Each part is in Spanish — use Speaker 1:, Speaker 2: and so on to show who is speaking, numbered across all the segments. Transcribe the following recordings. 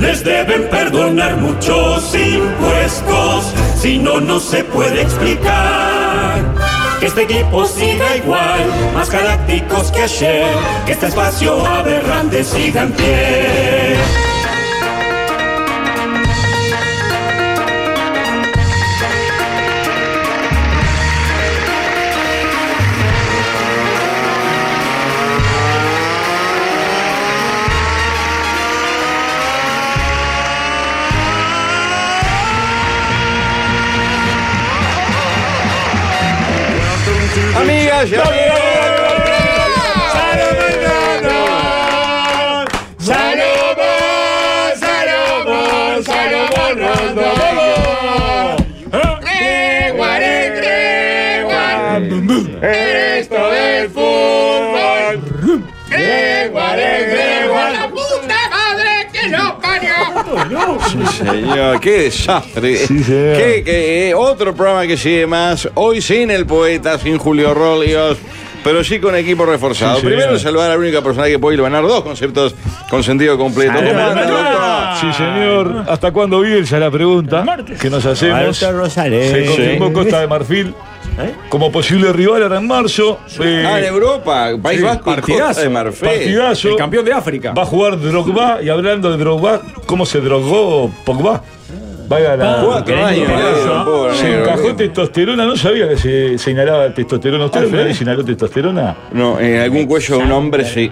Speaker 1: Les deben perdonar muchos impuestos, si no, no se puede explicar. Que este equipo siga igual, más galácticos que ayer, que este espacio aberrante siga en pie.
Speaker 2: Amigas, ya
Speaker 3: Esto del fútbol. la puta madre que lo parió!
Speaker 2: Señor, qué desastre.
Speaker 4: Sí, señor.
Speaker 2: Qué- qué- eh, otro programa que sigue más. Hoy sin el poeta, sin Julio Rollios, pero sí con equipo reforzado.
Speaker 4: Sí, señor.
Speaker 2: Primero saludar a la única persona que puede iluminar dos conceptos con sentido completo.
Speaker 5: Salud,
Speaker 2: ¿Cómo anda,
Speaker 5: hermano.
Speaker 2: doctor?
Speaker 4: Sí, señor. ¿Hasta cuándo Bielsa? La pregunta
Speaker 5: martes.
Speaker 4: que nos hacemos.
Speaker 5: Alberto
Speaker 4: Se
Speaker 5: Rosalén.
Speaker 4: confirmó Costa de Marfil
Speaker 5: ¿Eh?
Speaker 4: como posible rival ahora en marzo. Eh,
Speaker 2: Ah, en Europa, País
Speaker 6: Sí,
Speaker 2: Vasco, y eh,
Speaker 6: partidazo.
Speaker 2: Costa de Marfil.
Speaker 4: partidazo.
Speaker 6: El campeón de África.
Speaker 4: Va a jugar Drogba. Y hablando de Drogba, ¿cómo se drogó Pogba? Vaya la.
Speaker 2: Cuatro
Speaker 5: Ah,
Speaker 2: años,
Speaker 5: querido,
Speaker 2: negro, pobre
Speaker 4: Se
Speaker 2: negro.
Speaker 4: encajó testosterona, no sabía que se, se inhalaba testosterona. ¿Usted alguna vez inhaló testosterona?
Speaker 2: No, en algún cuello de un hombre sí.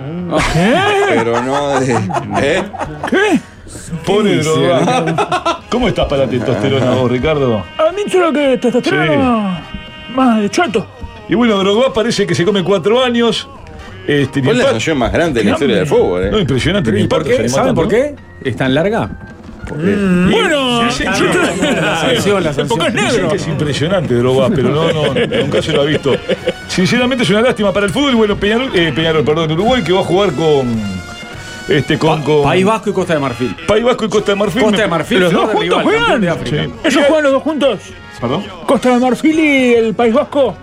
Speaker 2: Pero no de. ¿Eh?
Speaker 4: Pobre droga. ¿Cómo estás para la testosterona vos, Ricardo?
Speaker 5: A mí solo que testosterona. Más de chato.
Speaker 4: Y bueno, Drogba parece que se come cuatro años. Este, ni
Speaker 2: Fue la
Speaker 4: empate-
Speaker 2: sanción más grande de la historia del fútbol,
Speaker 4: No,
Speaker 2: ¿eh?
Speaker 4: impresionante. ni
Speaker 6: ¿Y por
Speaker 4: impacto se
Speaker 6: qué?
Speaker 4: animó
Speaker 6: ¿Saben
Speaker 4: tanto.
Speaker 6: por qué? ¿Es tan larga?
Speaker 5: Bueno,
Speaker 6: La sanción, la sanción.
Speaker 5: porque es
Speaker 4: Ah,
Speaker 5: negro.
Speaker 4: Dicen que es impresionante Drogba, pero no, no, nunca se lo ha visto. Sinceramente es una lástima para el fútbol. Y bueno, Peñarol, eh, Peñarol, perdón, Uruguay que va a jugar con. Este, con, con
Speaker 6: País Vasco y Costa de Marfil.
Speaker 4: País Vasco y Costa de Marfil.
Speaker 6: Costa
Speaker 4: Me-
Speaker 6: de Marfil,
Speaker 5: los
Speaker 6: flor
Speaker 5: dos
Speaker 6: de
Speaker 5: juntos
Speaker 6: rival,
Speaker 5: juegan.
Speaker 6: campeón de
Speaker 4: Sí.
Speaker 6: África.
Speaker 5: ¿Ellos juegan los dos juntos?
Speaker 4: ¿Perdón?
Speaker 5: ¿Costa de Marfil y el País Vasco?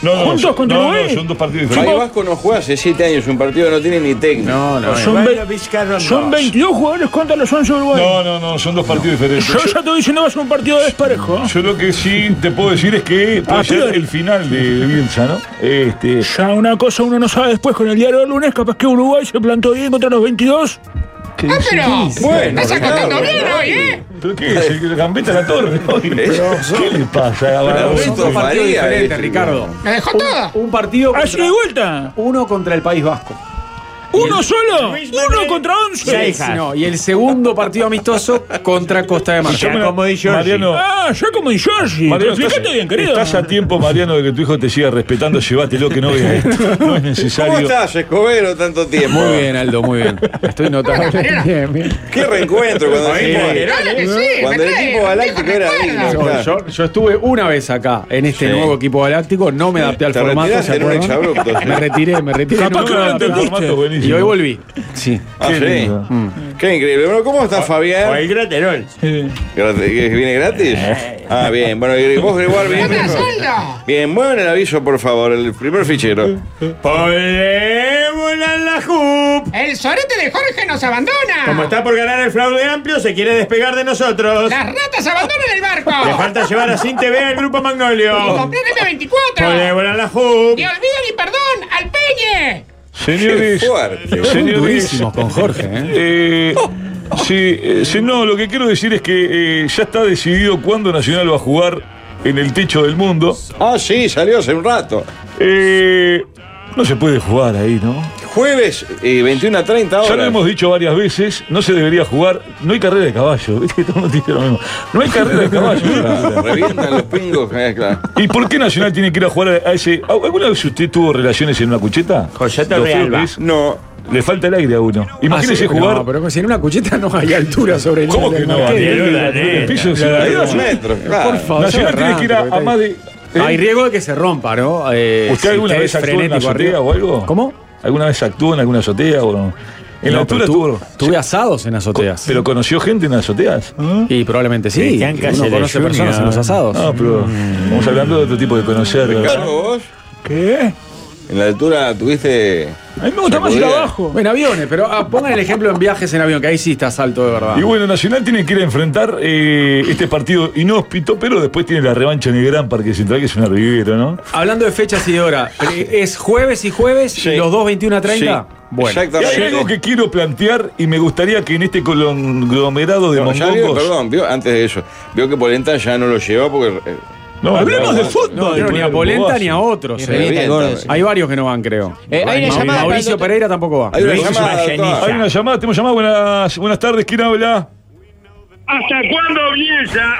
Speaker 4: No, no,
Speaker 5: ¿Juntos
Speaker 4: son-
Speaker 5: contra
Speaker 4: no,
Speaker 5: Uruguay?
Speaker 4: no, son dos partidos
Speaker 2: País
Speaker 4: diferentes.
Speaker 2: Vasco no juega hace 7 años un partido que no tiene ni técnico.
Speaker 6: No, no.
Speaker 5: Son, ve- son 22 jugadores contra los 11 de Uruguay.
Speaker 4: No, no, no, son dos partidos diferentes.
Speaker 5: Yo ya te voy diciendo que va a ser un partido desparejo. ¿eh?
Speaker 4: Yo lo que sí te puedo decir es que puede
Speaker 5: Ah,
Speaker 4: ser
Speaker 5: tío.
Speaker 4: el final de Bielsa, ¿no? Este,
Speaker 5: Ya una cosa uno no sabe después con el diario del lunes, capaz que Uruguay se plantó bien contra los 22.
Speaker 3: ¡Ah, pero!
Speaker 2: Bueno,
Speaker 3: ¡Estás contando
Speaker 2: Ricardo,
Speaker 3: bien hoy, eh!
Speaker 4: ¿Pero qué es? ¿El gambeta la torre? hoy? ¿Qué le pasa?
Speaker 2: Pero
Speaker 6: Son
Speaker 2: Beto
Speaker 6: dos partidos
Speaker 2: Faría,
Speaker 6: diferentes,
Speaker 2: eh.
Speaker 6: Ricardo.
Speaker 3: ¡Me dejó toda!
Speaker 6: Un partido.
Speaker 5: Así
Speaker 6: contra-
Speaker 5: de vuelta.
Speaker 6: Uno contra el País Vasco.
Speaker 5: Uno solo. Uno contra 11.
Speaker 6: No, y el segundo partido amistoso contra Costa de Marfil.
Speaker 4: como Mariano,
Speaker 5: Ah, ya como en Georgie.
Speaker 4: Mariano,
Speaker 5: Fíjate bien, querido.
Speaker 4: estás a tiempo, Mariano, de que tu hijo te siga respetando. Llévatelo, que no vea esto. No es
Speaker 2: ¿Cómo
Speaker 4: necesario. Ah,
Speaker 2: estás, Escobero, tanto tiempo?
Speaker 6: Muy bien, Aldo, muy bien. Estoy notando. Bien, bien.
Speaker 2: Qué reencuentro cuando el equipo,
Speaker 3: ¡Claro que sí!
Speaker 2: cuando el
Speaker 3: me trae,
Speaker 2: equipo galáctico
Speaker 3: me
Speaker 2: era
Speaker 3: recuerda.
Speaker 2: digno.
Speaker 6: Yo,
Speaker 2: claro.
Speaker 6: yo- yo estuve una vez acá, en este
Speaker 2: Sí.
Speaker 6: nuevo equipo galáctico, no me adapté al
Speaker 2: Te
Speaker 6: formato.
Speaker 2: retiraste
Speaker 6: ¿se
Speaker 2: en un
Speaker 6: acuerdan?
Speaker 2: exabrupto, sí.
Speaker 6: Me retiré, me retiré.
Speaker 5: Capaz que
Speaker 6: me
Speaker 5: no lo
Speaker 6: adapté.
Speaker 4: El formato es buenísimo.
Speaker 6: Y hoy volví. Sí.
Speaker 2: Ah,
Speaker 4: Qué
Speaker 2: sí.
Speaker 4: lindo.
Speaker 2: Qué increíble. Bueno, ¿cómo estás, Fabián? Gratis- ¿Viene gratis? Ah, bien. Bueno, y vos, Gregoire, bien.
Speaker 3: ¡Hola, sueldo!
Speaker 2: Bien, mueven el aviso, por favor, el primer fichero.
Speaker 7: Polémola en la JUP.
Speaker 3: ¡El sorete de Jorge nos abandona!
Speaker 7: Como está por ganar el fraude amplio, se quiere despegar de nosotros.
Speaker 3: ¡Las ratas abandonan el
Speaker 7: Le
Speaker 3: barco!
Speaker 7: falta llevar a Sin TV al grupo
Speaker 3: ¡Y
Speaker 7: Magnolio.
Speaker 3: comprar M24!
Speaker 7: Polémola en la JUP.
Speaker 3: ¡Y olvido ni perdón al Peñe!
Speaker 2: Qué
Speaker 4: Señores,
Speaker 2: fuerte.
Speaker 4: señores,
Speaker 6: Durísimos con Jorge, ¿eh?
Speaker 4: Eh, sí, eh, sí, no, lo que quiero decir es que eh, ya está decidido cuándo Nacional va a jugar en el techo del mundo.
Speaker 2: Ah, sí, salió hace un rato.
Speaker 4: Eh, no se puede jugar ahí, ¿no?
Speaker 2: Jueves eh, 21 a 30 horas.
Speaker 4: Ya lo hemos dicho varias veces, no se debería jugar, no hay carrera de caballo, ¿viste? Todo el mundo dice lo mismo. No hay carrera de caballo.
Speaker 2: Revientan los pingos. eh, claro.
Speaker 4: ¿Y por qué Nacional tiene que ir a jugar a ese... ¿Alguna vez usted tuvo relaciones en una cucheta?
Speaker 7: Joyeta
Speaker 4: Lo feo
Speaker 7: Realba.
Speaker 4: que es,
Speaker 2: No,
Speaker 4: Le falta el aire a uno. Imagínese
Speaker 6: Ah, sí,
Speaker 4: jugar...
Speaker 6: No, pero si en una cucheta no hay altura sobre el
Speaker 4: ¿Cómo que no?
Speaker 6: ¿Qué?
Speaker 7: Daniel,
Speaker 4: El piso se-
Speaker 2: dos metros. Claro.
Speaker 6: Por favor.
Speaker 4: Nacional
Speaker 6: arranca,
Speaker 4: tiene que ir a, a más de... ¿eh?
Speaker 6: Hay riesgo de que se rompa, ¿no? Eh,
Speaker 4: ¿Usted
Speaker 6: si
Speaker 4: alguna
Speaker 6: usted
Speaker 4: vez
Speaker 6: es
Speaker 4: actuó en una
Speaker 6: frenético
Speaker 4: azotea
Speaker 6: arriba.
Speaker 4: o algo?
Speaker 6: ¿Cómo?
Speaker 4: ¿Alguna vez actuó en alguna azotea? O... En la
Speaker 6: No,
Speaker 4: altura
Speaker 6: pero tu-
Speaker 4: estuvo.
Speaker 6: Tuve asados en azoteas. Ah,
Speaker 4: ¿Pero conoció gente en azoteas?
Speaker 6: y probablemente sí.
Speaker 5: Cristian
Speaker 6: Uno
Speaker 5: Cáceres
Speaker 6: conoce personas
Speaker 5: Jr.
Speaker 6: en los asados.
Speaker 4: No, pero
Speaker 6: mm.
Speaker 4: vamos hablando de otro tipo de conocer.
Speaker 2: Ricardo, vos
Speaker 5: ¿Qué?
Speaker 2: en la altura tuviste
Speaker 5: A mí me gusta más ir
Speaker 2: Sacudida.
Speaker 5: abajo.
Speaker 6: En aviones, pero ah, pongan el ejemplo en viajes en avión, que ahí sí está salto de verdad.
Speaker 4: Y bueno, Nacional tiene que ir a enfrentar eh, este partido inhóspito, pero después tiene la revancha en el Gran Parque Central, que es un arribero, ¿no?
Speaker 6: Hablando de fechas y de hora, eh, ¿es jueves y jueves?
Speaker 2: Sí.
Speaker 6: y ¿Los dos 21 a 30?
Speaker 2: Sí.
Speaker 6: Bueno.
Speaker 4: Y hay
Speaker 2: Exactamente.
Speaker 4: algo que quiero plantear y me gustaría que en este conglomerado de
Speaker 2: Bueno, ya vio,
Speaker 4: mongongos...
Speaker 2: perdón, vio, antes de eso, vio que Polenta ya no lo lleva porque. eh,
Speaker 4: No,
Speaker 5: Hablemos de
Speaker 4: no,
Speaker 5: fútbol.
Speaker 6: No, creo ni a Polenta ni a otros.
Speaker 2: se
Speaker 6: eh.
Speaker 8: Revienta el
Speaker 2: revienta.
Speaker 8: gordo ese.
Speaker 6: Hay varios que no van, creo.
Speaker 8: Eh, hay
Speaker 6: Mauricio
Speaker 8: una llamada para el
Speaker 6: Mauricio
Speaker 8: doctor-
Speaker 6: Pereira tampoco va.
Speaker 2: Hay una
Speaker 8: Luis
Speaker 2: llamada,
Speaker 8: Vallenilla.
Speaker 2: doctor.
Speaker 4: Hay una llamada, tenemos llamada. Buenas, buenas tardes, ¿quién habla?
Speaker 9: ¿Hasta cuándo piensa?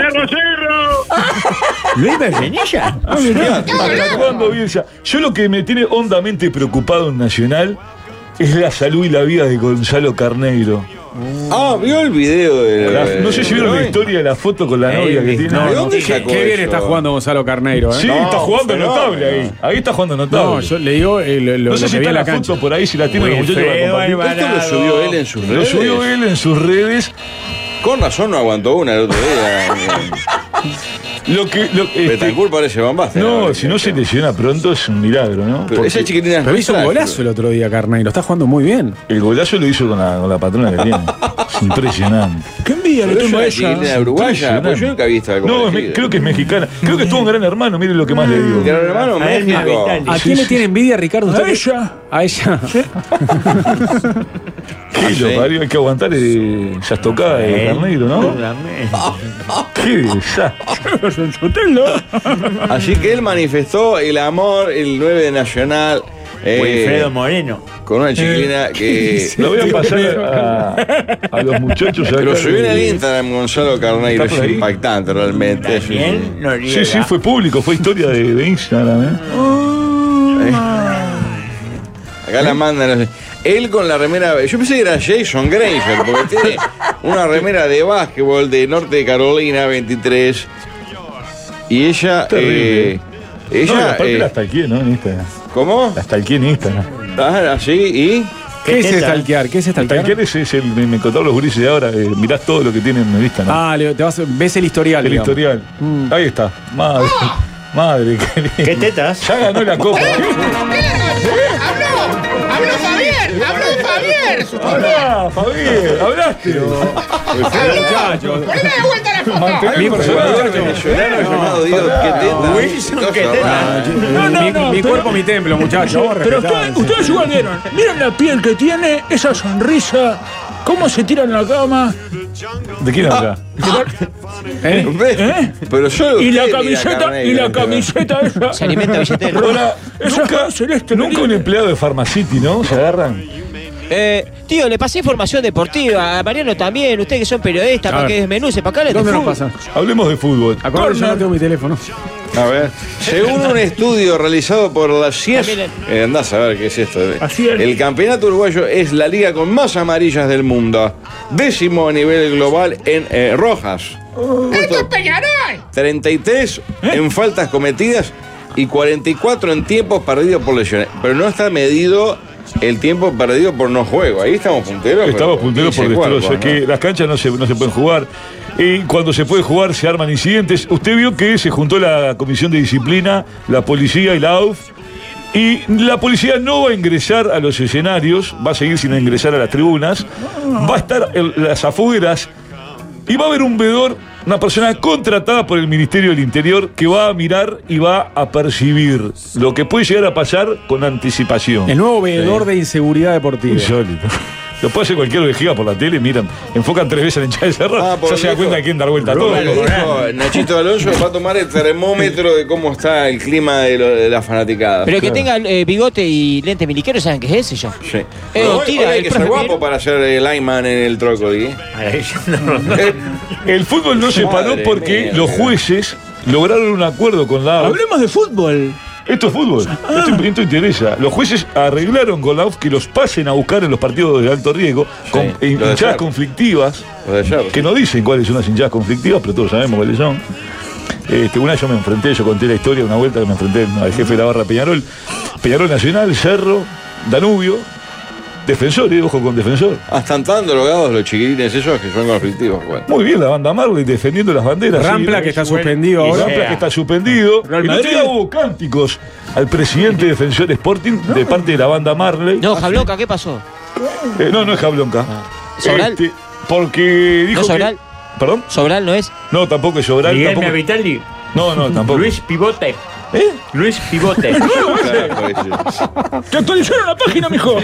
Speaker 9: ¡Cerro, cerro!
Speaker 8: Luis Bergenilla.
Speaker 4: Ah, ¿Hasta cuándo, Bielsa? Yo lo que me tiene hondamente preocupado en Nacional es la salud y la vida de Gonzalo Carneiro.
Speaker 2: Ah, vio el video de.
Speaker 4: La-
Speaker 9: Eh.
Speaker 4: no sé si vieron la historia de la foto con
Speaker 6: Eh,
Speaker 4: la novia que tiene.
Speaker 2: no,
Speaker 4: No,
Speaker 2: no. dónde
Speaker 6: ¿Qué-
Speaker 2: sacó
Speaker 6: Qué bien
Speaker 2: eso?
Speaker 6: está jugando Gonzalo Carneiro, ¿eh?
Speaker 4: Sí,
Speaker 2: No,
Speaker 4: está jugando
Speaker 2: fenómeno.
Speaker 4: notable ahí. Ahí está jugando notable.
Speaker 6: No, yo le digo eh, lo, lo-
Speaker 4: No
Speaker 6: lo
Speaker 4: sé si
Speaker 6: que vi
Speaker 4: está
Speaker 6: en
Speaker 4: la,
Speaker 6: la cancha.
Speaker 4: foto por ahí, si la tiene los muchachos para compartir.
Speaker 2: Esto lo subió él en sus
Speaker 4: Lo
Speaker 2: redes.
Speaker 4: subió él en sus redes.
Speaker 2: Con razón no aguantó una el otro día.
Speaker 4: Lo que, lo- este,
Speaker 2: Betancourt parece bombaste.
Speaker 4: no, si no se lesiona pronto es un milagro, ¿no?
Speaker 2: Pero esa chiquitina es
Speaker 6: Pero hizo un
Speaker 2: nuestra.
Speaker 6: golazo el otro día, Carneiro. Está jugando muy bien.
Speaker 4: El golazo lo hizo con la, con la patrona que tiene. Es impresionante.
Speaker 5: Qué envidia le
Speaker 2: Pero es
Speaker 5: tengo a
Speaker 2: una
Speaker 5: ella.
Speaker 2: chiquitina uruguaya. Pues yo nunca he visto algo
Speaker 4: No, es me-
Speaker 2: parecido. Mm.
Speaker 4: creo que es mexicana. Creo que estuvo en Gran Hermano, miren lo que más le digo.
Speaker 2: De los hermanos
Speaker 8: A él me
Speaker 2: México.
Speaker 8: avistan.
Speaker 6: ¿A quién le Ah, tiene envidia, Ricardo?
Speaker 5: A
Speaker 6: ¿Usted-
Speaker 5: ella.
Speaker 6: A ella.
Speaker 4: Qué lo parió, hay que aguantar eh, ya estocada de carnero, ¿no? Qué desastre.
Speaker 2: Así que él manifestó el amor el 9 de Nacional. eh,
Speaker 8: Wilfredo Moreno.
Speaker 2: con una chiquilina
Speaker 4: Eh,
Speaker 2: que.
Speaker 4: Lo voy a pasar a, a los muchachos. acá
Speaker 2: Pero subió en el
Speaker 4: de-
Speaker 2: Instagram Gonzalo Carneiro,
Speaker 4: ¿Está
Speaker 2: es
Speaker 4: por ahí?
Speaker 2: impactante realmente. es un-
Speaker 8: Bien, Noriega.
Speaker 4: Sí, sí, fue público, fue historia de, de Instagram, ¿eh?
Speaker 2: Acá la mandan. no sé. Él con la remera. Yo pensé que era Jason Granger, porque tiene una remera de básquetbol de Norte de Carolina 23. Y ella.
Speaker 4: Terrible.
Speaker 2: eh,
Speaker 4: No,
Speaker 2: ella.
Speaker 4: aparte
Speaker 2: eh,
Speaker 4: la stalkeé, ¿no? En Instagram.
Speaker 2: ¿Cómo?
Speaker 4: La stalkeé en Instagram.
Speaker 2: Ah, así y. Este
Speaker 6: ¿Qué es
Speaker 8: teta?
Speaker 6: stalkear? ¿Qué es stalkear?
Speaker 4: Stalkear es, es el. Me, me contaron los gurises de ahora, eh, mirás todo lo que tienen en Instagram.
Speaker 6: Ah, le- te vas, ves el historial.
Speaker 4: el
Speaker 6: digamos.
Speaker 4: historial. Ahí está. Madre. Madre,
Speaker 8: ¿Qué
Speaker 4: querida.
Speaker 8: tetas?
Speaker 4: Ya ganó la copa.
Speaker 3: ¡Habló! ¡Habló Javier! ¡Habló Javier!
Speaker 4: Hablá, Fabián, hablaste.
Speaker 6: Muchachos.
Speaker 3: ¡Ponle de vuelta la foto!
Speaker 4: Mantener el personaje.
Speaker 2: Venezolano llamado Diego Queteta.
Speaker 8: Wilson
Speaker 2: Cosa
Speaker 8: Queteta.
Speaker 2: rara.
Speaker 5: No, no,
Speaker 6: mi,
Speaker 5: no,
Speaker 6: mi
Speaker 5: pero-
Speaker 6: cuerpo, mi templo, muchachos.
Speaker 5: Pero ustedes, ustedes igual vieron. Miren la piel que tiene, esa sonrisa, cómo se tira en la cama.
Speaker 4: ¿De quién habla?
Speaker 6: ¿Eh?
Speaker 2: ¿Ves?
Speaker 5: ¿Eh?
Speaker 2: Pero solo
Speaker 5: Y la
Speaker 2: usted mira
Speaker 5: camiseta, y
Speaker 2: Carneiro,
Speaker 5: la
Speaker 2: ¿verdad?
Speaker 5: camiseta esa.
Speaker 8: Se alimenta billetero.
Speaker 4: Ahora,
Speaker 5: Esa
Speaker 4: nunca,
Speaker 5: celeste.
Speaker 4: nunca un empleado de Pharmacity, ¿no? Se agarran.
Speaker 8: Eh, tío, le pasé información deportiva. A Mariano también. Ustedes que son periodistas, para
Speaker 6: ver.
Speaker 8: que desmenuce, para acá le
Speaker 6: ¿Dónde nos pasa?
Speaker 4: Hablemos de fútbol.
Speaker 6: Acordate, yo no tengo mi teléfono.
Speaker 2: A ver, según un estudio realizado por la CIES, eh, andás a ver qué es esto. eh.
Speaker 5: Así es.
Speaker 2: El campeonato uruguayo es la liga con más amarillas del mundo. Décimo a nivel global en eh, rojas.
Speaker 3: ¡Esto es Peñarol!
Speaker 2: 33
Speaker 5: ¿Eh?
Speaker 2: en faltas cometidas y 44 en tiempos perdidos por lesiones. Pero no está medido el tiempo perdido por no juego. Ahí estamos punteros.
Speaker 4: Estamos
Speaker 2: pero
Speaker 4: punteros por
Speaker 2: dice
Speaker 4: destrozos.
Speaker 2: cuerpos,
Speaker 4: que
Speaker 2: ¿no?
Speaker 4: las canchas no se, no se pueden jugar. Y cuando se puede jugar se arman incidentes. Usted vio que se juntó la comisión de disciplina, la policía y la AUF. Y la policía no va a ingresar a los escenarios, va a seguir sin ingresar a las tribunas, va a estar en las afueras y va a haber un veedor, una persona contratada por el Ministerio del Interior que va a mirar y va a percibir lo que puede llegar a pasar con anticipación.
Speaker 6: El nuevo veedor de inseguridad deportiva.
Speaker 4: Insólito. Lo puede hacer cualquier vejiga por la tele, miran, enfocan tres veces en hinchada de cerro,
Speaker 2: Ah, por
Speaker 4: ya
Speaker 2: el
Speaker 4: se da
Speaker 2: hijo.
Speaker 4: cuenta de quién dar vuelta a todo.
Speaker 2: Bueno, dijo Nachito Alonso va a tomar el termómetro de cómo está el clima de, lo- de la fanaticada.
Speaker 8: Pero que tenga eh, bigote y lente miliquero, ¿saben qué es ese ya?
Speaker 2: Sí.
Speaker 8: Eh,
Speaker 2: Pero hoy-
Speaker 8: tira,
Speaker 2: hoy hay
Speaker 8: el
Speaker 2: que ser
Speaker 8: profe
Speaker 2: guapo
Speaker 8: Piero.
Speaker 2: para ser el lineman en el troco, ¿sí? Eh,
Speaker 4: El fútbol no se
Speaker 2: Madre
Speaker 4: paró porque
Speaker 2: mía.
Speaker 4: los jueces lograron un acuerdo con la AUF.
Speaker 5: Hablemos de fútbol.
Speaker 4: Esto es fútbol,
Speaker 2: Ah.
Speaker 4: esto, esto interesa. Los jueces arreglaron con la AUF que los pasen a buscar en los partidos de alto riesgo, con
Speaker 2: lo de
Speaker 4: hinchadas
Speaker 2: Cerro.
Speaker 4: conflictivas,
Speaker 2: lo de ayer.
Speaker 4: que no dicen cuáles son las hinchadas conflictivas, pero todos sabemos cuáles son. Este, una yo me enfrenté, yo conté la historia una vuelta que me enfrenté al jefe de la barra Peñarol, Peñarol Nacional, Cerro, Danubio, Defensor, eh, ojo con defensor.
Speaker 2: Hasta tan drogados los chiquilines esos que son conflictivos. Bueno.
Speaker 4: Muy bien, la banda Marley defendiendo las banderas.
Speaker 6: Rampla
Speaker 4: sí,
Speaker 6: que está suspendido
Speaker 4: Y
Speaker 6: ahora.
Speaker 4: Rampla que está suspendido.
Speaker 6: Real
Speaker 4: El otro día
Speaker 6: Madrid.
Speaker 4: hubo cánticos al presidente de Defensor Sporting de parte de la banda Marley.
Speaker 8: No, Jabloca, ¿qué pasó?
Speaker 4: Eh, no, no es Jablonca.
Speaker 8: ¿Sobral?
Speaker 4: Este, porque dijo.
Speaker 8: ¿No Sobral?
Speaker 4: que- ¿Perdón?
Speaker 8: Sobral no es.
Speaker 4: No, tampoco es Sobral.
Speaker 10: Miguel
Speaker 4: tampoco-
Speaker 10: Navitaldi.
Speaker 4: No, no, tampoco.
Speaker 10: Luis Pivote.
Speaker 4: ¿Eh?
Speaker 10: Luis Pivote.
Speaker 2: Carajo, ese.
Speaker 5: Te actualizaron la página, mijo.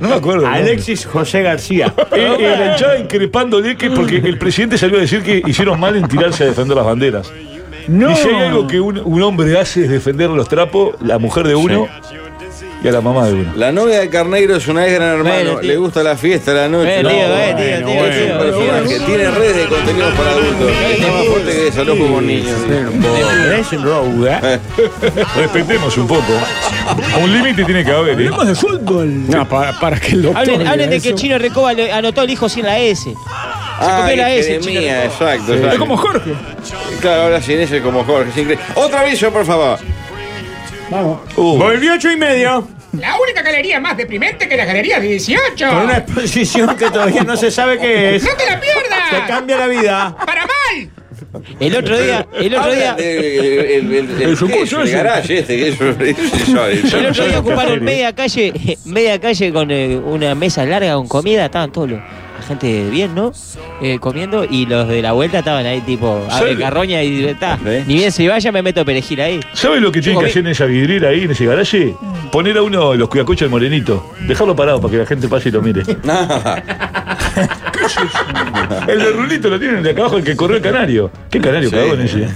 Speaker 4: No me acuerdo.
Speaker 7: Alexis José García.
Speaker 4: Eh, eh, la hinchada increpándole que porque el presidente salió a decir que hicieron mal en tirarse a defender las banderas.
Speaker 5: No.
Speaker 4: Y si hay algo que un, un hombre hace es defender los trapos, la mujer de uno y a la mamá de uno.
Speaker 2: La novia de Carneiro es una ex gran hermano.
Speaker 8: Bueno, tío.
Speaker 2: Le gusta la fiesta a la noche.
Speaker 8: Eh, tío, eh,
Speaker 7: bueno,
Speaker 8: tío, tío,
Speaker 7: bueno,
Speaker 8: tío.
Speaker 2: Pero fíjate que tiene redes de contenido para adultos. Es más fuerte que desalojo con niños.
Speaker 4: Respetemos un poco. Un límite tiene que haber, ¿eh?
Speaker 5: Hablemos de fútbol.
Speaker 6: No, para, para que el doctor
Speaker 8: Hablen,
Speaker 6: diga
Speaker 8: hablen de que
Speaker 6: eso.
Speaker 8: Chino Recoba le anotó el hijo sin la S.
Speaker 2: Ah,
Speaker 8: copió la S,
Speaker 2: mía,
Speaker 8: chico.
Speaker 2: exacto,
Speaker 5: Es
Speaker 2: exacto.
Speaker 5: como Jorge.
Speaker 2: Claro, ahora sin ese como Jorge. es increíble. Otro aviso, por favor.
Speaker 4: Uh,
Speaker 7: Volvió ocho y medio
Speaker 3: La única galería más deprimente que la galería 18.
Speaker 7: con una exposición que todavía no se sabe qué es.
Speaker 3: ¡No te la
Speaker 7: Te
Speaker 3: pierdas!
Speaker 7: cambia la vida.
Speaker 3: ¡Para mal!
Speaker 8: El otro día, el otro día,
Speaker 2: Hablan de- El, el, el, el,
Speaker 5: El sucucho
Speaker 2: queso, el
Speaker 5: ese.
Speaker 2: garage este, que eso- eso- eso-
Speaker 8: el otro día
Speaker 4: Café,
Speaker 8: ocuparon
Speaker 4: ¿eh?
Speaker 8: media calle, media calle con eh, una mesa larga con comida, estaban todos los la gente bien, ¿no? Eh, comiendo y los de la vuelta estaban ahí tipo, a
Speaker 4: ¿Sabe?
Speaker 8: ver, carroña y está.
Speaker 2: ¿Eh?
Speaker 8: Ni bien se vaya, me meto perejil ahí.
Speaker 4: ¿Sabe lo que tienen que hacer en esa vidriera ahí, en ese garaje? Poner a uno de los cuidacoches al morenito. Dejarlo parado para que la gente pase y lo mire. el de Rulito lo tienen de acá abajo, el que corrió el canario. ¿Qué canario,
Speaker 2: Sí.
Speaker 4: cagón ese?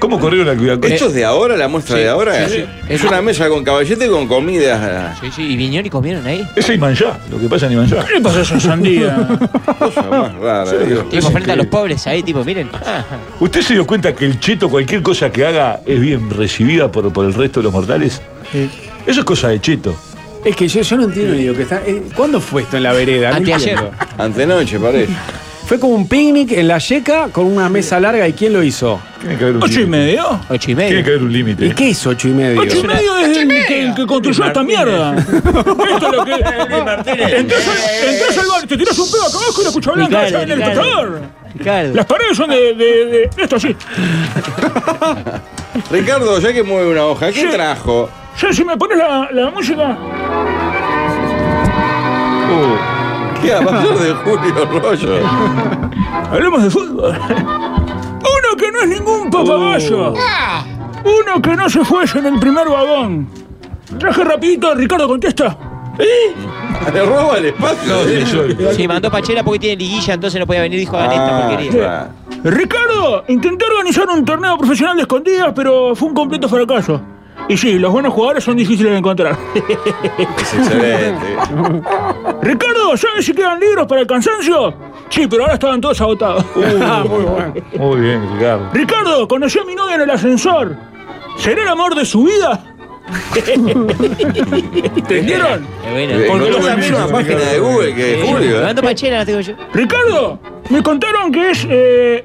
Speaker 4: ¿Cómo corrieron al cuidacoche?
Speaker 2: ¿Esto es de ahora, la muestra de ahora?
Speaker 8: sí, sí.
Speaker 2: Es una mesa con caballete y con comida. ah,
Speaker 8: Sí, sí, y vinieron y comieron ahí.
Speaker 4: Es Imanjá, lo que pasa en Imanjá.
Speaker 5: ¿Qué le pasa a esa sandía?
Speaker 8: Ah,
Speaker 2: Cosa más rara, digo.
Speaker 8: Tipo, frente a los pobres ahí, tipo, miren. Ah,
Speaker 4: ¿Usted se dio cuenta que el cheto, cualquier cosa que haga, es bien recibida por, por el resto de los mortales? Eso es cosa de cheto.
Speaker 6: Es que yo, yo no entiendo, digo, que está. eh, ¿Cuándo fue esto en la vereda? No
Speaker 8: Anteayer.
Speaker 6: entiendo.
Speaker 2: Antenoche, parece.
Speaker 6: Fue como un picnic en la yeca con una mesa larga. ¿Y quién lo hizo?
Speaker 4: Tiene que haber un
Speaker 5: ¿Ocho y
Speaker 4: límite.
Speaker 5: medio?
Speaker 8: ocho y
Speaker 4: Tiene que
Speaker 8: medio.
Speaker 4: haber un límite.
Speaker 6: ¿Y qué es ocho y medio?
Speaker 5: Ocho y medio es el que, el que construyó esta mierda. Esto es lo que. Entonces, entonces al bar, te tiras un pedo acá abajo y la cucha blanca
Speaker 8: Ricardo,
Speaker 5: allá en el
Speaker 8: Ricardo.
Speaker 5: costador.
Speaker 8: Ricardo.
Speaker 5: Las paredes son de, de, de- de esto así.
Speaker 2: Ricardo, ya que mueve una hoja, ¿qué
Speaker 5: Sí.
Speaker 2: trajo?
Speaker 5: Ya, si me pones la, la música.
Speaker 2: ¿Qué va a pasar de Julio Rollo?
Speaker 5: Hablemos de fútbol. Uno que no es ningún
Speaker 8: Uh.
Speaker 5: papagayo.
Speaker 3: ¡Ah!
Speaker 5: Uno que no se fue en el primer vagón. Traje rapidito, Ricardo, contesta. ¿Eh?
Speaker 2: Le roba el espacio.
Speaker 8: Sí, mandó Pachela porque tiene liguilla, entonces no podía venir, dijo hagan esta
Speaker 2: Ah,
Speaker 8: porquería.
Speaker 2: está.
Speaker 5: Ricardo, intenté organizar un torneo profesional de escondidas, pero fue un completo fracaso. Y sí, los buenos jugadores son difíciles de encontrar.
Speaker 2: es excelente.
Speaker 5: Ricardo, ¿sabes si quedan libros para el cansancio? Sí, pero ahora estaban todos agotados.
Speaker 4: Muy bien, Ricardo.
Speaker 5: Ricardo, conocí a mi novia en el ascensor. ¿Será el amor de su vida? ¿Entendieron?
Speaker 8: Eh, bueno.
Speaker 2: Eh,
Speaker 5: Porque
Speaker 2: encontró
Speaker 5: los
Speaker 2: la
Speaker 5: amigos-
Speaker 2: misma página de Google que de Julio. ¿eh?
Speaker 8: Mando Pachela, digo yo.
Speaker 5: Ricardo, me contaron que es eh,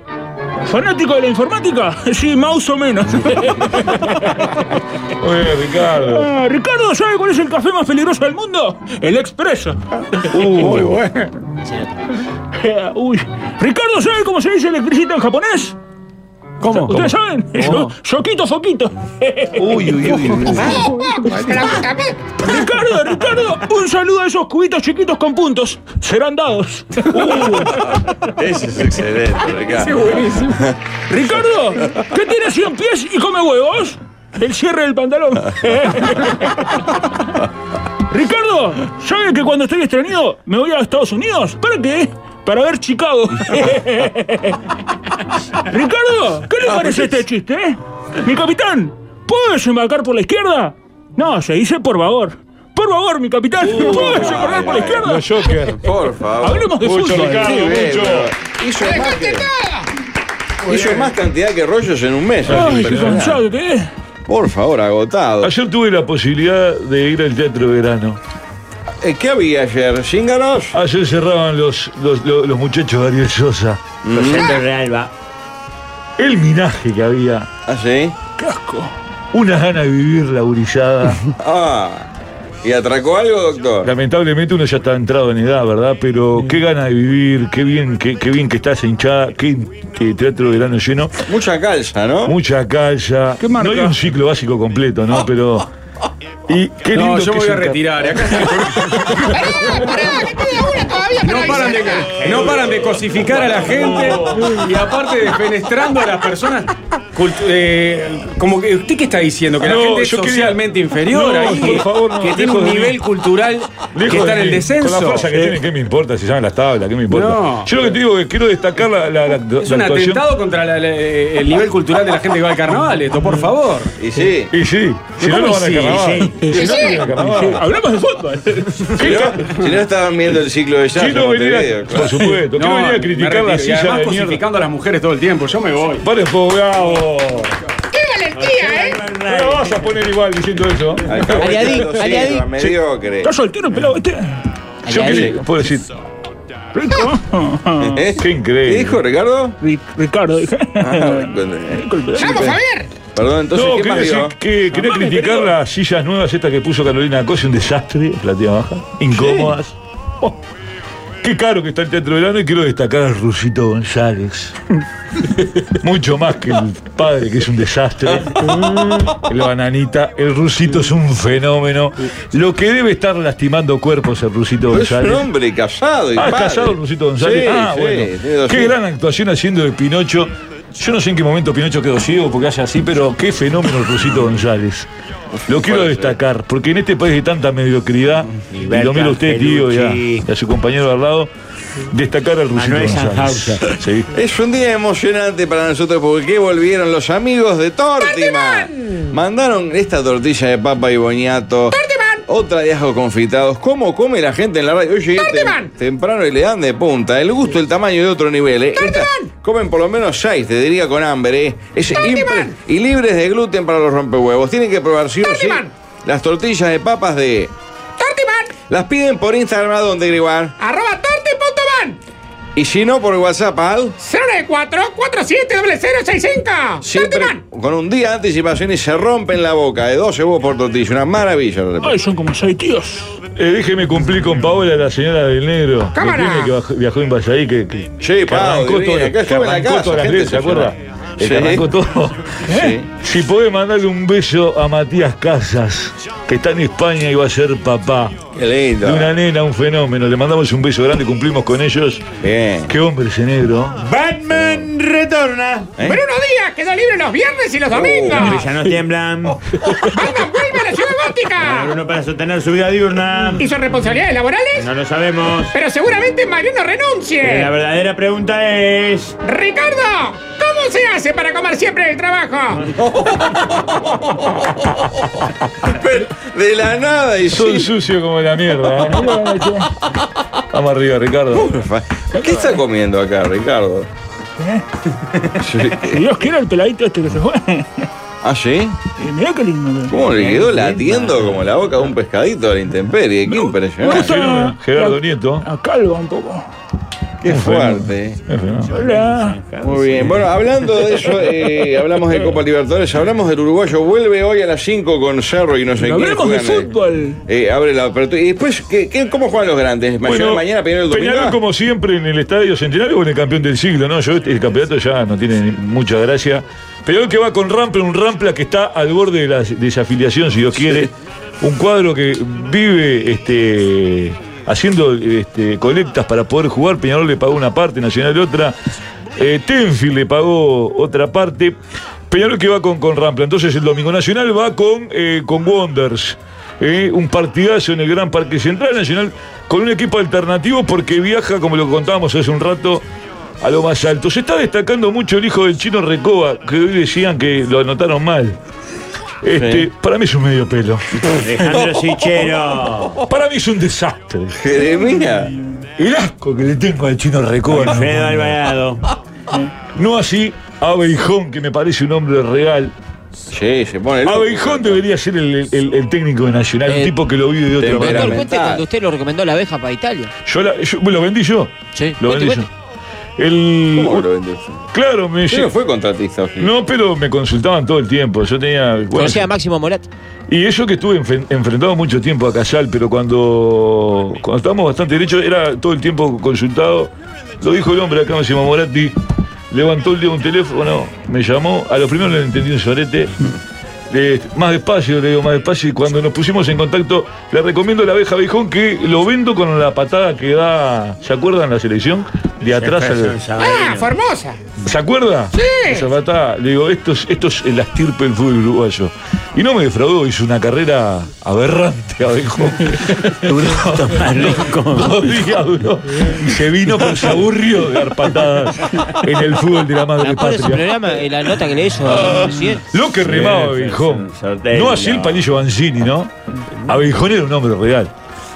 Speaker 5: fanático de la informática. Sí, más o menos.
Speaker 4: Muy bien, Ricardo.
Speaker 5: Ah, Ricardo, ¿sabe cuál es el café más peligroso del mundo? El expreso.
Speaker 6: Uh,
Speaker 4: Muy bueno.
Speaker 5: Eh, Uy. Ricardo, ¿sabe cómo se dice electricista en japonés?
Speaker 6: ¿Cómo?
Speaker 5: ¿Ustedes saben? Yo, Yoquito Foquito.
Speaker 4: Uy, uy, uy.
Speaker 3: ¡Oh, oh! ¡Se la puta madre!
Speaker 5: Ricardo, Ricardo, un saludo a esos cubitos chiquitos con puntos. Serán dados.
Speaker 2: Ese es excelente, Ricardo.
Speaker 5: Ricardo, ¿qué tiene 100 pies y come huevos? El cierre del pantalón. Ricardo, ¿sabe que cuando estoy extrañado me voy a Estados Unidos? ¿Para qué? Para ver Chicago. Ricardo, ¿qué
Speaker 4: Ah,
Speaker 5: le parece este chiste? eh? Mi capitán, ¿puedo desembarcar por la izquierda? No, se dice por favor. Por favor, mi capitán,
Speaker 4: Uh.
Speaker 5: ¿puedo desembarcar por la izquierda?
Speaker 4: Los Joker.
Speaker 2: Por favor.
Speaker 5: Hablemos de
Speaker 4: Mucho,
Speaker 5: fútbol.
Speaker 4: Ricardo,
Speaker 2: Sí, bien,
Speaker 4: mucho.
Speaker 2: pero Hizo más,
Speaker 3: ¡Dejaste
Speaker 2: que-
Speaker 3: nada!
Speaker 2: hizo más cantidad que rollos en un mes.
Speaker 5: Ay, qué
Speaker 2: Impresionante.
Speaker 5: cansado que es.
Speaker 2: Por favor, agotado.
Speaker 4: Ayer tuve la posibilidad de ir al Teatro Verano.
Speaker 2: Eh, ¿Qué había ayer? ¿Cíngaros?
Speaker 4: Ayer cerraban los, los, los- los muchachos de Ariel Sosa. El minaje que había.
Speaker 2: ¿Ah, sí?
Speaker 4: Unas ganas de vivir la gurizada.
Speaker 2: Ah, ¿Y atracó algo, doctor?
Speaker 4: Lamentablemente uno ya está entrado en edad, ¿verdad? Pero qué gana de vivir, qué bien, qué, qué bien que estás hinchada, qué, qué teatro de verano lleno,
Speaker 2: Mucha calza, ¿no?
Speaker 4: mucha calla.
Speaker 5: ¿Qué marca?
Speaker 4: no hay un ciclo básico completo, ¿no? Pero. Y qué lindo
Speaker 6: No, yo
Speaker 4: que
Speaker 6: me voy
Speaker 4: se
Speaker 6: a
Speaker 4: enca-
Speaker 6: retirar. y acá-
Speaker 3: Pará, pará, que queda una todavía para
Speaker 6: No paran, de,
Speaker 3: avisar.
Speaker 6: no paran de cosificar a la gente y aparte defenestrando a las personas. cultu- eh, como que usted qué está diciendo, que la
Speaker 4: No,
Speaker 6: gente es
Speaker 4: yo quería-
Speaker 6: socialmente inferior
Speaker 4: No,
Speaker 6: ahí,
Speaker 4: por
Speaker 6: que-
Speaker 4: favor, no,
Speaker 6: que tiene
Speaker 4: lejos
Speaker 6: un
Speaker 4: Ah. de mí.
Speaker 6: nivel cultural
Speaker 4: Lejos de
Speaker 6: que está en el
Speaker 4: mí. Con la
Speaker 6: descenso. Eh.
Speaker 4: fuerza que tienen, ¿qué me importa? Si llaman las tablas, ¿qué me importa?
Speaker 6: No.
Speaker 4: Yo lo que te digo es que quiero destacar la, la, la-
Speaker 6: Es
Speaker 4: la
Speaker 6: un
Speaker 4: actuación.
Speaker 6: atentado contra la- la- el nivel cultural de la gente que va al carnaval, esto,
Speaker 4: Mm.
Speaker 6: por favor.
Speaker 2: Y sí.
Speaker 4: Y sí, si no,
Speaker 6: ¿Cómo
Speaker 4: no van a
Speaker 6: sí?
Speaker 4: carnaval. Si no, no van a carnaval.
Speaker 5: Hablamos de fútbol.
Speaker 2: Si no, si no estaban viendo el ciclo de jazz. en
Speaker 4: Quiero venir
Speaker 2: Montevideo,
Speaker 4: a,
Speaker 2: claro.
Speaker 4: por supuesto, quiero
Speaker 6: No,
Speaker 4: venir a
Speaker 6: me
Speaker 4: criticar
Speaker 6: retiro.
Speaker 4: la
Speaker 6: Y
Speaker 4: silla de
Speaker 6: además
Speaker 4: mierda.
Speaker 6: cosificando a las mujeres todo el tiempo, yo me voy.
Speaker 4: Pare, po, bravo.
Speaker 3: ¡Qué valentía, eh!
Speaker 4: No la vas a poner igual diciendo eso.
Speaker 2: Alcahuete
Speaker 8: Aliadí,
Speaker 2: de los
Speaker 8: aliadí.
Speaker 2: siglos, mediocre.
Speaker 5: ¿Estás soltero, pelado? ¿Viste?
Speaker 4: Yo
Speaker 8: Ahí,
Speaker 4: qué
Speaker 8: ahí.
Speaker 4: puedo decir,
Speaker 5: Rico.
Speaker 2: ¿Eh?
Speaker 4: Qué increíble.
Speaker 2: ¿Qué dijo Ricardo?
Speaker 5: Ri- Ricardo, dije.
Speaker 2: Ah, con-
Speaker 3: ¡Vamos, Javier!
Speaker 2: Perdón, entonces,
Speaker 4: no,
Speaker 2: ¿qué
Speaker 4: quería,
Speaker 2: más
Speaker 4: decir
Speaker 2: digo?
Speaker 4: que quería criticar las sillas nuevas estas que puso Carolina Cosi, un desastre, la tía baja, incómodas. Oh, qué caro que está el Teatro Verano y quiero destacar a Rusito González. Mucho más que el padre, que es un desastre. El bananita, el Rusito es un fenómeno. Lo que debe estar lastimando cuerpos el Rusito
Speaker 2: Pero es un
Speaker 4: González.
Speaker 2: hombre casado y
Speaker 4: Ah,
Speaker 2: padre.
Speaker 4: casado Rusito González.
Speaker 2: Sí,
Speaker 4: ah,
Speaker 2: sí, tiene
Speaker 4: bueno.
Speaker 2: dos
Speaker 4: Qué
Speaker 2: hijos.
Speaker 4: gran actuación haciendo de Pinocho. Yo no sé en qué momento Pinocho quedó ciego porque hace así, pero qué fenómeno el Rusito González. Lo quiero
Speaker 2: Puede
Speaker 4: destacar, porque en este país de tanta mediocridad, y lo miro a usted, tío, y a, y a su compañero de al lado, destacar al Rusito González. Sí.
Speaker 2: Es un día emocionante para nosotros porque volvieron los amigos de Tortima. Mandaron esta tortilla de papa y boñato. Otra de ajo confitados. ¿Cómo come la gente en la radio? Hoy llegué tem-
Speaker 3: ¡Tortiman!
Speaker 2: temprano y le dan de punta. El gusto, el tamaño de otro nivel. ¿eh? Esta- comen por lo menos seis, te diría con hambre. ¿eh? Es impre- y libres de gluten para los rompehuevos. Tienen que probar sí o sí
Speaker 3: ¡Tortiman!
Speaker 2: las tortillas de papas de...
Speaker 3: ¡Tortiman!
Speaker 2: Las piden por Instagram a donde Gribán.
Speaker 3: Arroba torti.man
Speaker 2: Y si no, por WhatsApp al...
Speaker 3: 094 470065
Speaker 2: Siempre
Speaker 3: ¡Tortiman!
Speaker 2: con un día de anticipación y se rompen la boca de 12 huevos por tortilla. Una maravilla. lo repito.
Speaker 5: Ay, son como seis tíos.
Speaker 4: Eh, déjeme cumplir con Paola, la señora del negro. que
Speaker 3: Cámara.
Speaker 4: tiene, que baj- viajó en Vallaí, que, que,
Speaker 2: Sí,
Speaker 4: que
Speaker 2: Pao,
Speaker 4: arrancó
Speaker 2: divina,
Speaker 4: todo-
Speaker 2: acá
Speaker 4: que
Speaker 2: estuve en la
Speaker 4: arrancó
Speaker 2: casa,
Speaker 4: todas las
Speaker 2: gente
Speaker 4: redes, ¿se acuerda?
Speaker 2: excepcional.
Speaker 4: Eh, Que
Speaker 2: Sí.
Speaker 4: arrancó todo. ¿Eh? Si podés mandarle un beso a Matías Casas, que está en España y va a ser papá.
Speaker 2: Qué lindo.
Speaker 4: De una nena, un fenómeno. Le mandamos un beso grande, cumplimos con ellos.
Speaker 2: Bien.
Speaker 4: Qué hombre ese negro.
Speaker 7: Batman retorna.
Speaker 2: ¿Eh?
Speaker 3: Pero unos días, queda libre los viernes y los domingos.
Speaker 7: Ya no tiemblan.
Speaker 3: Batman vuelve a la ciudad gótica.
Speaker 7: Bruno para sostener su vida diurna.
Speaker 3: ¿Y sus responsabilidades laborales?
Speaker 7: No lo sabemos.
Speaker 3: Pero seguramente Mariano
Speaker 7: Pero Eh, la
Speaker 3: renuncie.
Speaker 7: verdadera pregunta es.
Speaker 3: Ricardo, ¿cómo se hace para comer siempre en el trabajo?
Speaker 2: Pero de la nada y
Speaker 4: Son
Speaker 2: sí.
Speaker 4: sucios como la mierda. ¿eh? Vamos arriba, Ricardo.
Speaker 2: ¿Qué está comiendo acá, Ricardo?
Speaker 5: Si Dios quiera el peladito este que se fue.
Speaker 2: ¿Ah, sí?
Speaker 5: Y mirá qué lindo.
Speaker 2: ¿Cómo le quedó latiendo como la boca de un pescadito a la intemperie? Qué
Speaker 5: Me
Speaker 2: impresionante.
Speaker 5: gusta.
Speaker 4: Fenómeno. Gerardo
Speaker 5: La-
Speaker 4: Nieto.
Speaker 5: A calva un poco.
Speaker 2: Qué fuerte. eh.
Speaker 4: Es fenómeno.
Speaker 5: Hola.
Speaker 2: Muy bien. Bueno, hablando de eso, eh, hablamos de Copa Libertadores, hablamos del uruguayo. Vuelve hoy a las 5 con Cerro y no sé quién.
Speaker 5: Hablemos
Speaker 2: juegan,
Speaker 5: de
Speaker 2: eh.
Speaker 5: fútbol.
Speaker 2: Eh, abre la apertura. ¿Y después ¿qué, qué- cómo juegan los grandes? ¿Mañana,
Speaker 4: Bueno,
Speaker 2: mañana Peñarol domingo?
Speaker 4: Peñarol, como siempre, en el Estadio Centenario o en el campeón del siglo, ¿no? Yo, este- el campeonato ya no tiene ni- mucha gracia. Peñarol que va con Rampla, un Rampla que está al borde de la desafiliación, si Dios quiere. Un cuadro que vive este, haciendo este, colectas para poder jugar. Peñarol le pagó una parte, Nacional otra. Eh, Tenfield le pagó otra parte. Peñarol que va con, con Rampla. Entonces el Domingo Nacional va con, eh, con Wonders. Eh, un partidazo en el Gran Parque Central Nacional con un equipo alternativo porque viaja, como lo contábamos hace un rato, a lo más alto. Se está destacando mucho el hijo del chino Recoba, que hoy decían que lo anotaron mal. Este, Para mí es un medio pelo.
Speaker 7: Alejandro Sichero.
Speaker 4: Para mí es un desastre.
Speaker 2: Jeremía.
Speaker 4: El asco que le tengo al chino Recoba. no es
Speaker 7: Fredo
Speaker 4: bueno.
Speaker 7: Alvarado.
Speaker 4: No así a Beijón, que me parece un hombre real.
Speaker 2: Sí, se pone loco.
Speaker 4: Abejón debería ser el, el- el técnico de Nacional, un
Speaker 8: Eh,
Speaker 4: tipo que lo vive de otra
Speaker 2: temperamental.
Speaker 4: manera.
Speaker 8: Doctor, cuente cuando usted lo recomendó a la abeja para Italia. Este
Speaker 4: Yo, la- yo- ¿Lo vendí yo?
Speaker 8: Sí,
Speaker 4: Lo
Speaker 8: cuente,
Speaker 4: vendí yo.
Speaker 8: cuente.
Speaker 4: El,
Speaker 2: ¿Cómo lo vendes?
Speaker 4: claro, me
Speaker 2: Yo no fue contratista. o sí?
Speaker 4: No, pero me consultaban todo el tiempo. Yo tenía. bueno,
Speaker 8: Conocía a Máximo Morat.
Speaker 4: y eso que estuve enfe- enfrentado mucho tiempo a Casal, pero cuando, cuando estábamos bastante derechos, era todo el tiempo consultado. Lo dijo el hombre acá, Máximo Moratti. Levantó el día un teléfono, me llamó. A lo primero le entendí un sorete. Eh, más despacio, le digo, más despacio. Y cuando nos pusimos en contacto, le recomiendo la abeja Bijón que lo vendo con la patada que da. ¿Se acuerdan la selección? De atrás al.
Speaker 3: Ah, Formosa.
Speaker 4: ¿Se acuerda? Sí. Esa patada. Le digo, esto es, esto es la estirpe del fútbol uruguayo. Y no me defraudó, hizo una carrera aberrante, abejo. duró dos días, duró. Y se vino por se aburrió de dar patadas en el fútbol de la madre
Speaker 8: La pobre su
Speaker 4: patria.
Speaker 8: programa, eh, la nota que le hizo al presidente.
Speaker 4: Lo que remaba Abejón. No así el palillo Banzini, ¿no? Abejón era un hombre real.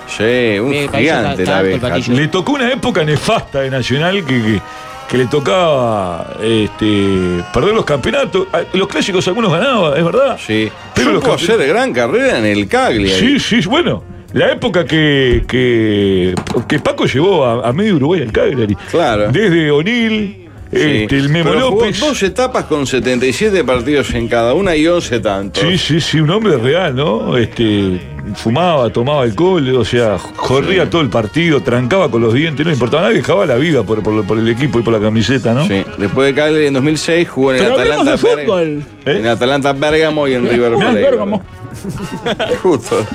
Speaker 2: Sí, un
Speaker 8: Eh, país
Speaker 2: gigante
Speaker 8: está-
Speaker 2: la
Speaker 8: está alto el
Speaker 2: abeja.
Speaker 8: patillo.
Speaker 4: Le tocó una época nefasta de Nacional que, que- que le tocaba este, perder los campeonatos. Ah, Los clásicos algunos ganaban, es verdad.
Speaker 2: Sí.
Speaker 4: Pero
Speaker 2: Pero
Speaker 4: los
Speaker 2: Supo
Speaker 4: campe-
Speaker 2: hacer gran carrera en el Cagliari.
Speaker 4: Sí, sí, bueno. La época que, que, que Paco llevó a, a medio Uruguay al Cagliari.
Speaker 2: Claro.
Speaker 4: Desde O'Neill,
Speaker 2: Sí.
Speaker 4: este, el Memo
Speaker 2: Pero jugó
Speaker 4: López.
Speaker 2: dos etapas con 77 partidos en cada una y 11 tantos.
Speaker 4: Sí, sí, sí, un hombre real, ¿no? Este, fumaba, tomaba alcohol, o sea, corría todo el partido, trancaba con los dientes, no le importaba nada, dejaba la vida por, por- por el equipo y por la camiseta, ¿no?
Speaker 2: Sí. Después de Cagliari en 2006 jugó en el
Speaker 5: Pero hablemos
Speaker 2: Atalanta
Speaker 5: de
Speaker 2: Berg-
Speaker 5: fútbol.
Speaker 4: ¿Eh?
Speaker 2: En Atalanta Bérgamo y en River
Speaker 5: Ah,
Speaker 2: Plate.
Speaker 5: Bérgamo.
Speaker 2: Justo.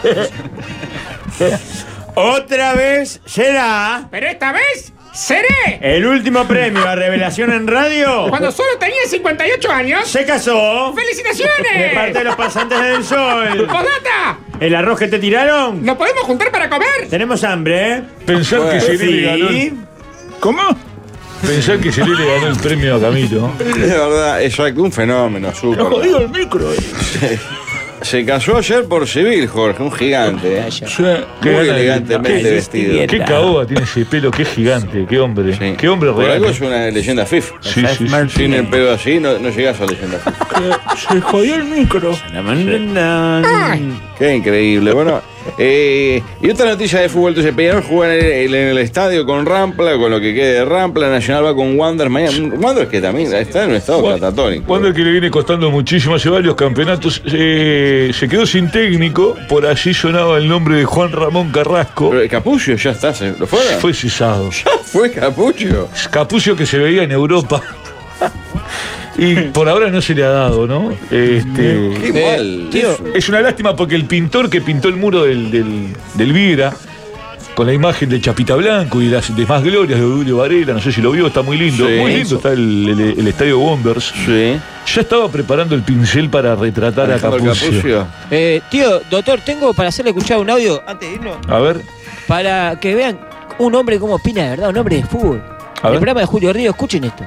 Speaker 7: Otra vez será
Speaker 3: Pero esta vez seré.
Speaker 7: el último premio a Revelación en Radio.
Speaker 3: Cuando solo tenía 58 años.
Speaker 7: Se casó de parte de
Speaker 3: ¡Felicitaciones!
Speaker 7: los pasantes del sol.
Speaker 3: ¡Posdata!
Speaker 7: ¿El arroz que te tiraron?
Speaker 3: ¿Nos podemos juntar para comer?
Speaker 7: Tenemos hambre, ¿eh?
Speaker 4: Pensar que
Speaker 2: Sí.
Speaker 4: Cirele ganó el,
Speaker 5: ¿Cómo?
Speaker 4: pensar que Cirele ganó el premio a Camilo.
Speaker 2: De verdad, exacto, un fenómeno, súper.
Speaker 5: Lo jodido el micro. eh.
Speaker 2: Se casó ayer por civil, Jorge, un gigante. ¿eh?
Speaker 8: Vaya.
Speaker 4: Qué
Speaker 2: Muy
Speaker 4: gana de-
Speaker 2: elegantemente
Speaker 8: qué-
Speaker 2: vestido.
Speaker 4: Qué caoba tiene ese pelo, qué gigante, qué hombre,
Speaker 2: Sí.
Speaker 4: qué hombre
Speaker 2: Por
Speaker 4: real.
Speaker 2: algo
Speaker 4: ¿eh?
Speaker 2: es una leyenda FIFA.
Speaker 4: Sí, sí, sí.
Speaker 2: Sin el pedo así no, no llegás a leyenda FIFA.
Speaker 5: Que Se jodió el micro.
Speaker 2: Qué increíble. Bueno, eh, y otra noticia de fútbol. Entonces, Peñarol juega en el, en el estadio con Rampla, con lo que quede de Rampla. Nacional va con Wander mañana. Wander que también está en un estado catatónico.
Speaker 4: Wander que le viene costando muchísimo, hace varios campeonatos, eh, se quedó sin técnico, por allí sonaba el nombre de Juan Ramón Carrasco,
Speaker 2: Pero el Capucho ya está, ¿se- ¿lo fuera?
Speaker 4: fue cesado.
Speaker 2: Fue Capucho.
Speaker 4: Capucio que se veía en Europa. Y por ahora no se le ha dado, ¿no? Este,
Speaker 2: Qué mal.
Speaker 8: tío.
Speaker 4: es una lástima porque el pintor que pintó el muro del, del, del Vigra, con la imagen de Chapita Blanco y las demás glorias de Odulio Varela, no sé si lo vio, está muy lindo.
Speaker 2: Sí.
Speaker 4: muy lindo está el, el- el estadio Bombers.
Speaker 2: Sí.
Speaker 4: Ya estaba preparando el pincel para retratar a
Speaker 2: Alejandro
Speaker 4: Capucio.
Speaker 2: Capucio.
Speaker 8: Eh, tío, doctor, tengo para hacerle escuchar un audio antes de irnos.
Speaker 4: A ver,
Speaker 8: Para que vean un hombre cómo opina, de ¿verdad? Un hombre de fútbol.
Speaker 4: A
Speaker 8: el
Speaker 4: ver.
Speaker 8: programa de Julio Río, escuchen esto.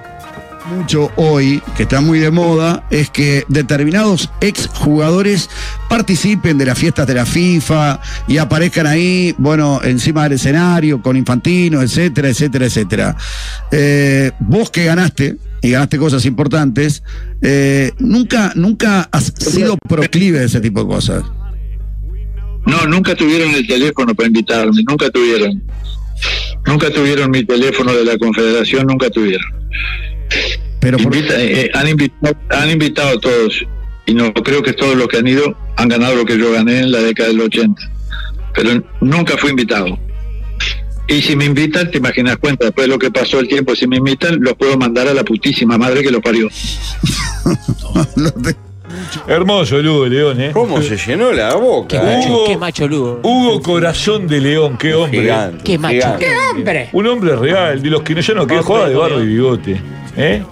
Speaker 10: mucho hoy, que está muy de moda, es que determinados exjugadores participen de las fiestas de la FIFA y aparezcan ahí, bueno, encima del escenario, con Infantino, etcétera, etcétera, etcétera. Eh, vos que ganaste y ganaste cosas importantes, eh, nunca, nunca has sido proclive de ese tipo de cosas.
Speaker 9: No, nunca tuvieron el teléfono para invitarme, nunca tuvieron. Nunca tuvieron mi teléfono de la Confederación, nunca tuvieron.
Speaker 10: Pero por-
Speaker 9: Invita- eh, eh, han, invitado, han invitado a todos y no creo que todos los que han ido han ganado lo que yo gané en la década del 80. Pero nunca fui invitado. Y si me invitan, te imaginas cuenta, después de lo que pasó el tiempo, si me invitan, los puedo mandar a la putísima madre que los parió.
Speaker 10: no te-
Speaker 4: hermoso el Hugo de León, ¿eh?
Speaker 2: ¿Cómo se llenó la
Speaker 8: Qué
Speaker 2: boca? eh?
Speaker 8: macho,
Speaker 4: Hugo.
Speaker 8: qué macho Lugo.
Speaker 4: Hugo Corazón de León, qué hombre.
Speaker 2: Gigante.
Speaker 8: Qué macho.
Speaker 2: gigante.
Speaker 3: Hombre.
Speaker 4: Un hombre real, de los que no- ya no quedó jugaba de barro y bigote. ¿eh?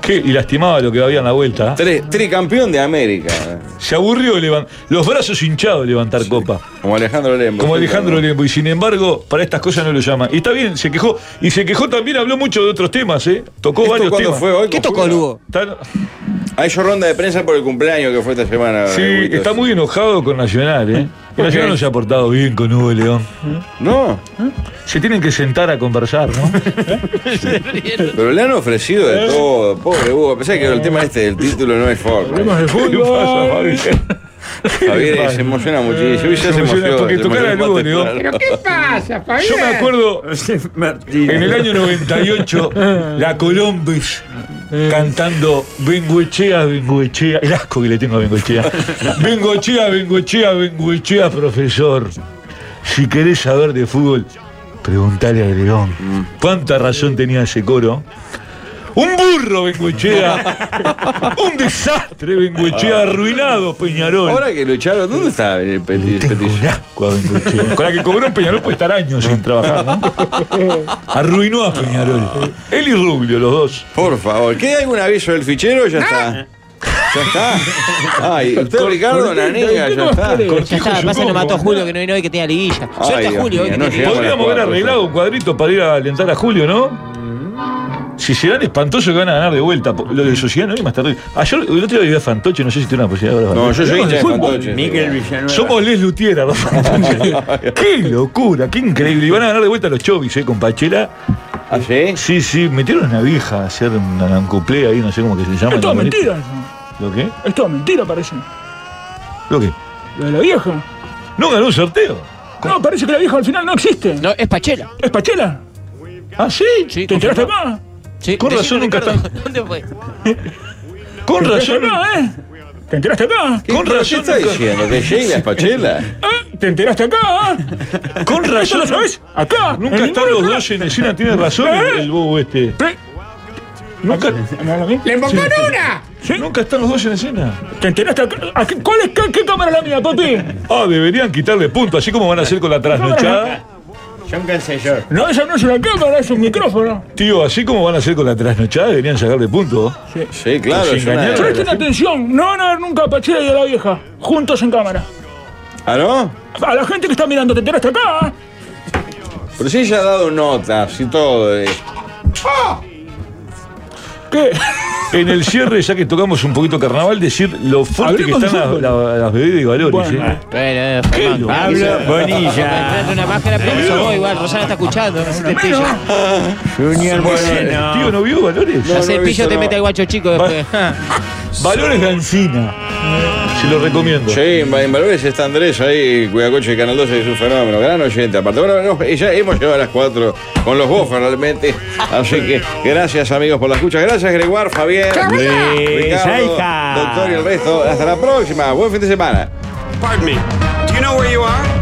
Speaker 4: ¿Qué? Y lastimaba lo que había en la vuelta. ¿eh?
Speaker 2: Tres- tricampeón de América.
Speaker 4: Se aburrió levan- los brazos hinchados de levantar copa.
Speaker 2: Como Alejandro Lembo.
Speaker 4: Como Alejandro Lembo, y sin embargo, para estas cosas no lo llaman. Y está bien, se quejó. Y se quejó también, habló mucho de otros temas, ¿eh? Tocó
Speaker 2: ¿Esto
Speaker 4: varios
Speaker 2: cuándo
Speaker 4: temas.
Speaker 2: fue hoy?
Speaker 8: ¿Qué tocó
Speaker 2: Conjura?
Speaker 8: Lugo?
Speaker 4: Está-
Speaker 2: Ha hecho ronda de prensa por el cumpleaños que fue esta semana.
Speaker 4: sí,
Speaker 2: eh, Guito.
Speaker 4: está muy enojado con Nacional, ¿eh? Y Nacional no se ha portado bien con Hugo de León.
Speaker 2: No,
Speaker 4: Se tienen que sentar a conversar, ¿no?
Speaker 2: pero le han ofrecido
Speaker 4: ¿Eh?
Speaker 2: de todo. Pobre Hugo. Pensé que el tema este del título no es forma.
Speaker 5: Hablemos de
Speaker 4: ¿Qué pasa,
Speaker 5: fútbol.
Speaker 4: Fabi?
Speaker 2: Javier se emociona muchísimo. Uy, ya se este emociona.
Speaker 4: porque tu cara de Lugo, Leo.
Speaker 3: ¿Pero qué pasa, Fabián?
Speaker 4: Yo me acuerdo en el año 98, la Colombes cantando Bengoechea, Bengoechea. El asco que le tengo a Bengoechea. Bengoechea, Bengoechea, Bengoechea, profesor. Si querés saber de fútbol, preguntale a Gregón. ¿Cuánta razón tenía ese coro? Un burro, Bengoechea. Un desastre, Bengoechea. Arruinado, Peñarol.
Speaker 2: Ahora que lucharon, ¿dónde está el peti- petiso?
Speaker 4: Con la que cobró en Peñarol puede estar años sin trabajar, ¿no? Arruinó a Peñarol. Él y Rubio, los dos.
Speaker 2: Por favor, ¿queda algún aviso del fichero? Ya está. Ya está. Ay, usted, Ricardo, la niega, ya está.
Speaker 8: Ya está, pasa nos mató Julio que no vino hoy que tenía liguilla.
Speaker 2: Ay,
Speaker 8: Cerca
Speaker 2: Dios
Speaker 8: Julio, hoy
Speaker 2: mío,
Speaker 8: que
Speaker 2: no
Speaker 8: tenía
Speaker 2: llegamos a las
Speaker 4: Podríamos haber
Speaker 2: cuatro,
Speaker 4: arreglado un cuadrito para ir a alentar a Julio, ¿no? Si se dan espantoso que van a ganar de vuelta. po- Lo de Sociedad no es más tarde. Ayer, Ah, el otro día vi a Fantoche, no sé si tiene una posibilidad. ahora.
Speaker 2: No, yo soy
Speaker 4: Hablamos
Speaker 2: hincha
Speaker 4: de
Speaker 2: de
Speaker 4: fútbol.
Speaker 2: Fantoche.
Speaker 7: Miguel Villanueva.
Speaker 4: Somos Les Lutiera, Qué locura, qué increíble. Y van a ganar de vuelta los chovis, ¿eh? Con Pachela.
Speaker 2: ¿Ah, sí?
Speaker 4: Sí, sí, metieron una vieja a hacer una nancuplé ahí, no sé cómo que se llama.
Speaker 5: Es todo
Speaker 4: ¿no?
Speaker 5: mentira. eso.
Speaker 4: ¿Lo qué?
Speaker 5: Es todo mentira, parece.
Speaker 4: ¿Lo qué?
Speaker 5: Lo de la vieja.
Speaker 4: No ganó un sorteo.
Speaker 5: No, parece que la vieja al final no existe.
Speaker 8: No, es Pachela.
Speaker 5: ¿Es Pachela?
Speaker 4: Ah, sí.
Speaker 8: Sí,
Speaker 5: ¿Te enteraste
Speaker 8: confirmó.
Speaker 5: más?
Speaker 8: Sí,
Speaker 4: Con razón
Speaker 8: decime,
Speaker 4: nunca
Speaker 8: Ricardo, ¿Dónde fue?
Speaker 4: Con
Speaker 5: ¿Te enteraste
Speaker 4: razón.
Speaker 5: acá, eh? ¿Te enteraste acá?
Speaker 2: ¿Qué, pero
Speaker 4: Con
Speaker 2: ¿Qué
Speaker 4: razón
Speaker 2: está
Speaker 4: nunca-
Speaker 2: diciendo? ¿Que Sheila es Pachela?
Speaker 5: ¿Eh? ¿Te enteraste acá? eh?
Speaker 4: Con
Speaker 5: ¿Eso
Speaker 4: razón.
Speaker 5: lo sabes? Acá. ¿Eh?
Speaker 4: Nunca
Speaker 5: en
Speaker 4: están los
Speaker 5: ningún ¿Eh?
Speaker 4: dos en escena, tiene razón el, el bobo este.
Speaker 5: lugar.
Speaker 4: Nunca,
Speaker 3: ¡Le embocaron una!
Speaker 5: ¿Sí?
Speaker 4: nunca están los dos en escena.
Speaker 5: ¿Te enteraste acá? ¿A qué- ¿Cuál es qué, qué cámara es la mía, papi?
Speaker 4: Ah, deberían quitarle punto, así como van a hacer con la trasnochada.
Speaker 7: John Cancellor.
Speaker 5: No, esa no es una cámara, es un micrófono.
Speaker 4: Tío, así como van a hacer con la trasnochada, deberían sacarle punto.
Speaker 2: Sí, claro. es una-
Speaker 5: Presten atención, no van a ver nunca a Pachela y a la vieja, juntos en cámara.
Speaker 2: ¿Ah, no?
Speaker 5: A la gente que está mirando, ¿te enteraste acá? eh?
Speaker 2: Pero si ella ha dado notas y todo. eh.
Speaker 5: ¿Qué?
Speaker 4: En el cierre, ya que tocamos un poquito carnaval, decir lo fuerte que
Speaker 5: Hablemos de
Speaker 4: están las,
Speaker 5: fútbol.
Speaker 4: la- las bebidas y valores.
Speaker 5: Bueno.
Speaker 4: eh.
Speaker 8: Bueno, eh, Fernando.
Speaker 7: Pablo Bonilla.
Speaker 8: Entrate una máscara, pero eso vos igual, Rosana está escuchando. no se te
Speaker 5: Menos.
Speaker 8: pilla.
Speaker 7: Junior Moreno.
Speaker 4: Tío, ¿no vio valores?
Speaker 8: Ya
Speaker 2: no
Speaker 8: se
Speaker 2: he
Speaker 8: pillo
Speaker 2: visto,
Speaker 8: te
Speaker 2: no.
Speaker 8: mete al guacho chico después.
Speaker 4: Valores Gancina. Se lo recomiendo.
Speaker 2: Sí, en en Valores está Andrés ahí, Cuidacoche de Canal 12, es un fenómeno, gran oyente. Aparte, bueno, no, ya hemos llegado a las 4 con los bofos realmente. Así que gracias amigos por la escucha. Gracias Gregoire, Fabián, Ricardo,
Speaker 7: Saija.
Speaker 2: doctor y el resto. Hasta la próxima. Buen fin de semana.
Speaker 11: Pardon me. Do you know where you are?